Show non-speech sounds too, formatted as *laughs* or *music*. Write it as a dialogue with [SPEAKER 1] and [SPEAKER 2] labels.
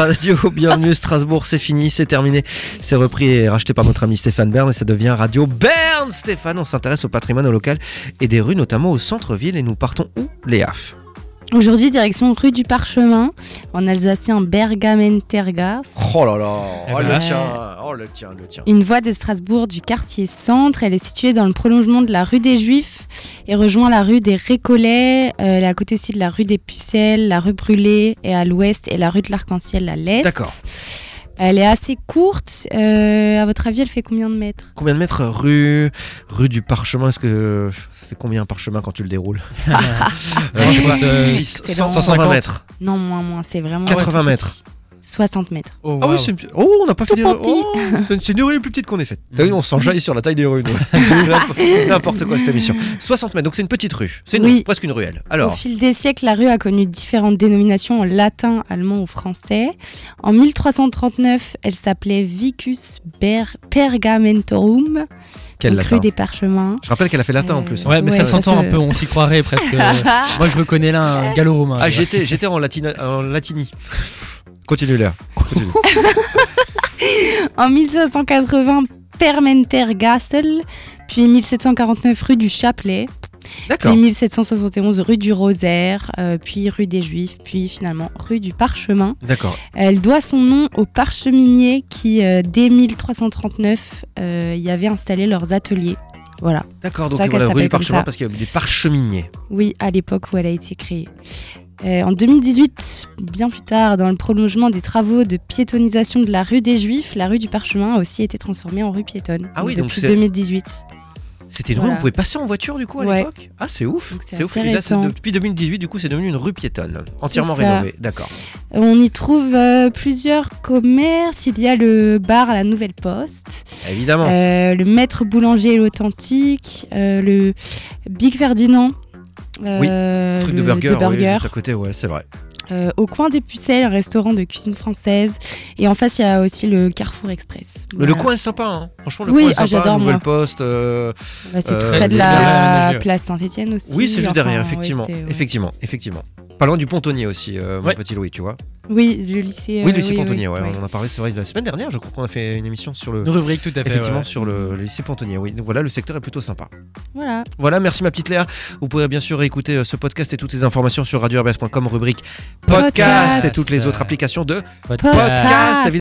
[SPEAKER 1] Radio Bienvenue Strasbourg, c'est fini, c'est terminé. C'est repris et racheté par notre ami Stéphane Bern et ça devient Radio Bern Stéphane, on s'intéresse au patrimoine au local et des rues, notamment au centre-ville. Et nous partons où, Léa
[SPEAKER 2] Aujourd'hui, direction rue du Parchemin, en alsacien Bergamentergas.
[SPEAKER 1] Oh là là
[SPEAKER 3] Eh
[SPEAKER 1] Oh le
[SPEAKER 3] ben.
[SPEAKER 1] tien Oh le tien, le tien
[SPEAKER 2] Une voie de Strasbourg du quartier centre. Elle est située dans le prolongement de la rue des Juifs et rejoint la rue des Récollets. Euh, elle est à côté aussi de la rue des Pucelles, la rue Brûlée est à l'ouest et la rue de l'Arc-en-Ciel à l'est.
[SPEAKER 1] D'accord.
[SPEAKER 2] Elle est assez courte. Euh, à votre avis, elle fait combien de mètres
[SPEAKER 1] Combien de mètres rue Rue du parchemin, est-ce que ça fait combien un parchemin quand tu le déroules
[SPEAKER 3] Ouais,
[SPEAKER 1] sais
[SPEAKER 3] je pense,
[SPEAKER 1] pas.
[SPEAKER 3] euh,
[SPEAKER 1] Je dis
[SPEAKER 2] excellent.
[SPEAKER 1] 100, 120 mètres.
[SPEAKER 2] Non, moins, moins. C'est vraiment.
[SPEAKER 1] 80
[SPEAKER 2] tout petit.
[SPEAKER 1] mètres.
[SPEAKER 2] 60 mètres.
[SPEAKER 3] Oh,
[SPEAKER 1] Ah oui,
[SPEAKER 3] waouh.
[SPEAKER 1] c'est une petite- Oh, on n'a pas
[SPEAKER 2] Tout
[SPEAKER 1] fait des
[SPEAKER 2] petit.
[SPEAKER 1] Oh, c'est- c'est une des rues les plus petites qu'on ait faites. T'as vu, on s'enjaille sur la taille des rues. nous. *laughs* N'importe quoi cette émission. 60 mètres, donc c'est une petite rue. C'est une
[SPEAKER 2] Oui.
[SPEAKER 1] rue, presque une ruelle.
[SPEAKER 2] Au
[SPEAKER 1] Alors,
[SPEAKER 2] fil des siècles, la rue a connu différentes dénominations en latin, allemand ou français. En 1339, elle s'appelait Vicus Ber- Pergamentorum,
[SPEAKER 1] quel
[SPEAKER 2] donc
[SPEAKER 1] latin
[SPEAKER 2] rue des parchemins.
[SPEAKER 1] Je rappelle qu'elle a fait latin en
[SPEAKER 2] Euh,
[SPEAKER 1] plus. hein.
[SPEAKER 3] Ouais, mais
[SPEAKER 2] Ouais,
[SPEAKER 3] ça
[SPEAKER 2] ça
[SPEAKER 3] s'entend
[SPEAKER 2] se-
[SPEAKER 3] un peu, on s'y croirait presque. Moi, je reconnais là un gallo-romain.
[SPEAKER 1] Ah, j'étais j'étais en, latina- en latini. Continue là.
[SPEAKER 2] en 1580, Permentergassel, puis 1749, rue du Chapelet,
[SPEAKER 1] *laughs*
[SPEAKER 2] puis
[SPEAKER 1] D'accord.
[SPEAKER 2] 1771, rue du Rosaire, euh, puis rue des Juifs, puis finalement rue du Parchemin.
[SPEAKER 1] D'accord.
[SPEAKER 2] Elle doit son nom aux parcheminiers qui, euh, dès 1339, euh, y avaient installé leurs ateliers. Voilà.
[SPEAKER 1] D'accord.
[SPEAKER 2] C'est
[SPEAKER 1] Donc
[SPEAKER 2] ça
[SPEAKER 1] voilà,
[SPEAKER 2] qu'elle
[SPEAKER 1] rue du
[SPEAKER 2] s'appelle comme
[SPEAKER 1] parchemin
[SPEAKER 2] ça.
[SPEAKER 1] parce qu'il y a des parcheminiers.
[SPEAKER 2] Oui, à l'époque où elle a été créée. Euh, en 2018, bien plus tard, dans le prolongement des travaux de piétonisation de la rue des Juifs, la rue du Parchemin a aussi été transformée en rue piétonne.
[SPEAKER 1] Ah oui, donc
[SPEAKER 2] depuis
[SPEAKER 1] c'est-
[SPEAKER 2] 2018.
[SPEAKER 1] C'était une rue
[SPEAKER 2] Voilà.
[SPEAKER 1] où on pouvait passer en voiture du coup à
[SPEAKER 2] Ouais.
[SPEAKER 1] l'époque. Ah, c'est ouf.
[SPEAKER 2] Donc, c'est
[SPEAKER 1] ouf.
[SPEAKER 2] assez
[SPEAKER 1] Et là, c'est-
[SPEAKER 2] récent.
[SPEAKER 1] depuis 2018, du coup, c'est devenu une rue piétonne, entièrement
[SPEAKER 2] C'est ça.
[SPEAKER 1] rénovée. D'accord.
[SPEAKER 2] On y trouve euh, plusieurs commerces. Il y a le bar à la Nouvelle Poste,
[SPEAKER 1] Évidemment.
[SPEAKER 2] euh, le maître boulanger et l'authentique, euh, le Big Ferdinand. euh,
[SPEAKER 1] Truc de
[SPEAKER 2] le-
[SPEAKER 1] burger, oui, juste à côté, ouais, c'est vrai.
[SPEAKER 2] Euh, au coin des Pucelles, un restaurant de cuisine française. Et en face, il y a aussi le Carrefour Express.
[SPEAKER 1] Mais
[SPEAKER 2] Voilà.
[SPEAKER 1] le coin est sympa, hein. franchement, le
[SPEAKER 2] Oui,
[SPEAKER 1] coin est
[SPEAKER 2] ah,
[SPEAKER 1] sympa.
[SPEAKER 2] j'adore,
[SPEAKER 1] nouvelle
[SPEAKER 2] moi.
[SPEAKER 1] poste. euh,
[SPEAKER 2] Bah, c'est
[SPEAKER 1] euh,
[SPEAKER 2] tout près de
[SPEAKER 3] le dernier
[SPEAKER 2] la
[SPEAKER 3] aménagé, ouais.
[SPEAKER 2] place Saint-Etienne aussi.
[SPEAKER 1] Oui, c'est juste
[SPEAKER 2] Enfin,
[SPEAKER 1] derrière,
[SPEAKER 2] ouais,
[SPEAKER 1] effectivement,
[SPEAKER 2] c'est- ouais.
[SPEAKER 1] effectivement, effectivement. Pas loin du pontonnier aussi, euh, mon
[SPEAKER 3] Ouais.
[SPEAKER 1] petit Louis, tu vois.
[SPEAKER 2] Oui, le lycée.
[SPEAKER 1] oui,
[SPEAKER 2] euh,
[SPEAKER 1] le lycée pontonnier, ouais,
[SPEAKER 2] ouais.
[SPEAKER 1] on en a parlé, c'est vrai, la semaine dernière, je crois qu'on a fait une émission sur le.
[SPEAKER 3] Une rubrique tout à fait.
[SPEAKER 1] Effectivement,
[SPEAKER 3] ouais.
[SPEAKER 1] sur le, le lycée Pontonnier, oui. Donc voilà, le secteur est plutôt sympa.
[SPEAKER 2] Voilà.
[SPEAKER 1] Voilà, merci ma petite Léa. Vous pourrez bien sûr écouter euh, ce podcast et toutes les informations sur radio rubrique podcast,
[SPEAKER 2] Podcast.
[SPEAKER 1] et toutes les autres applications de
[SPEAKER 2] Podcast.
[SPEAKER 1] podcast,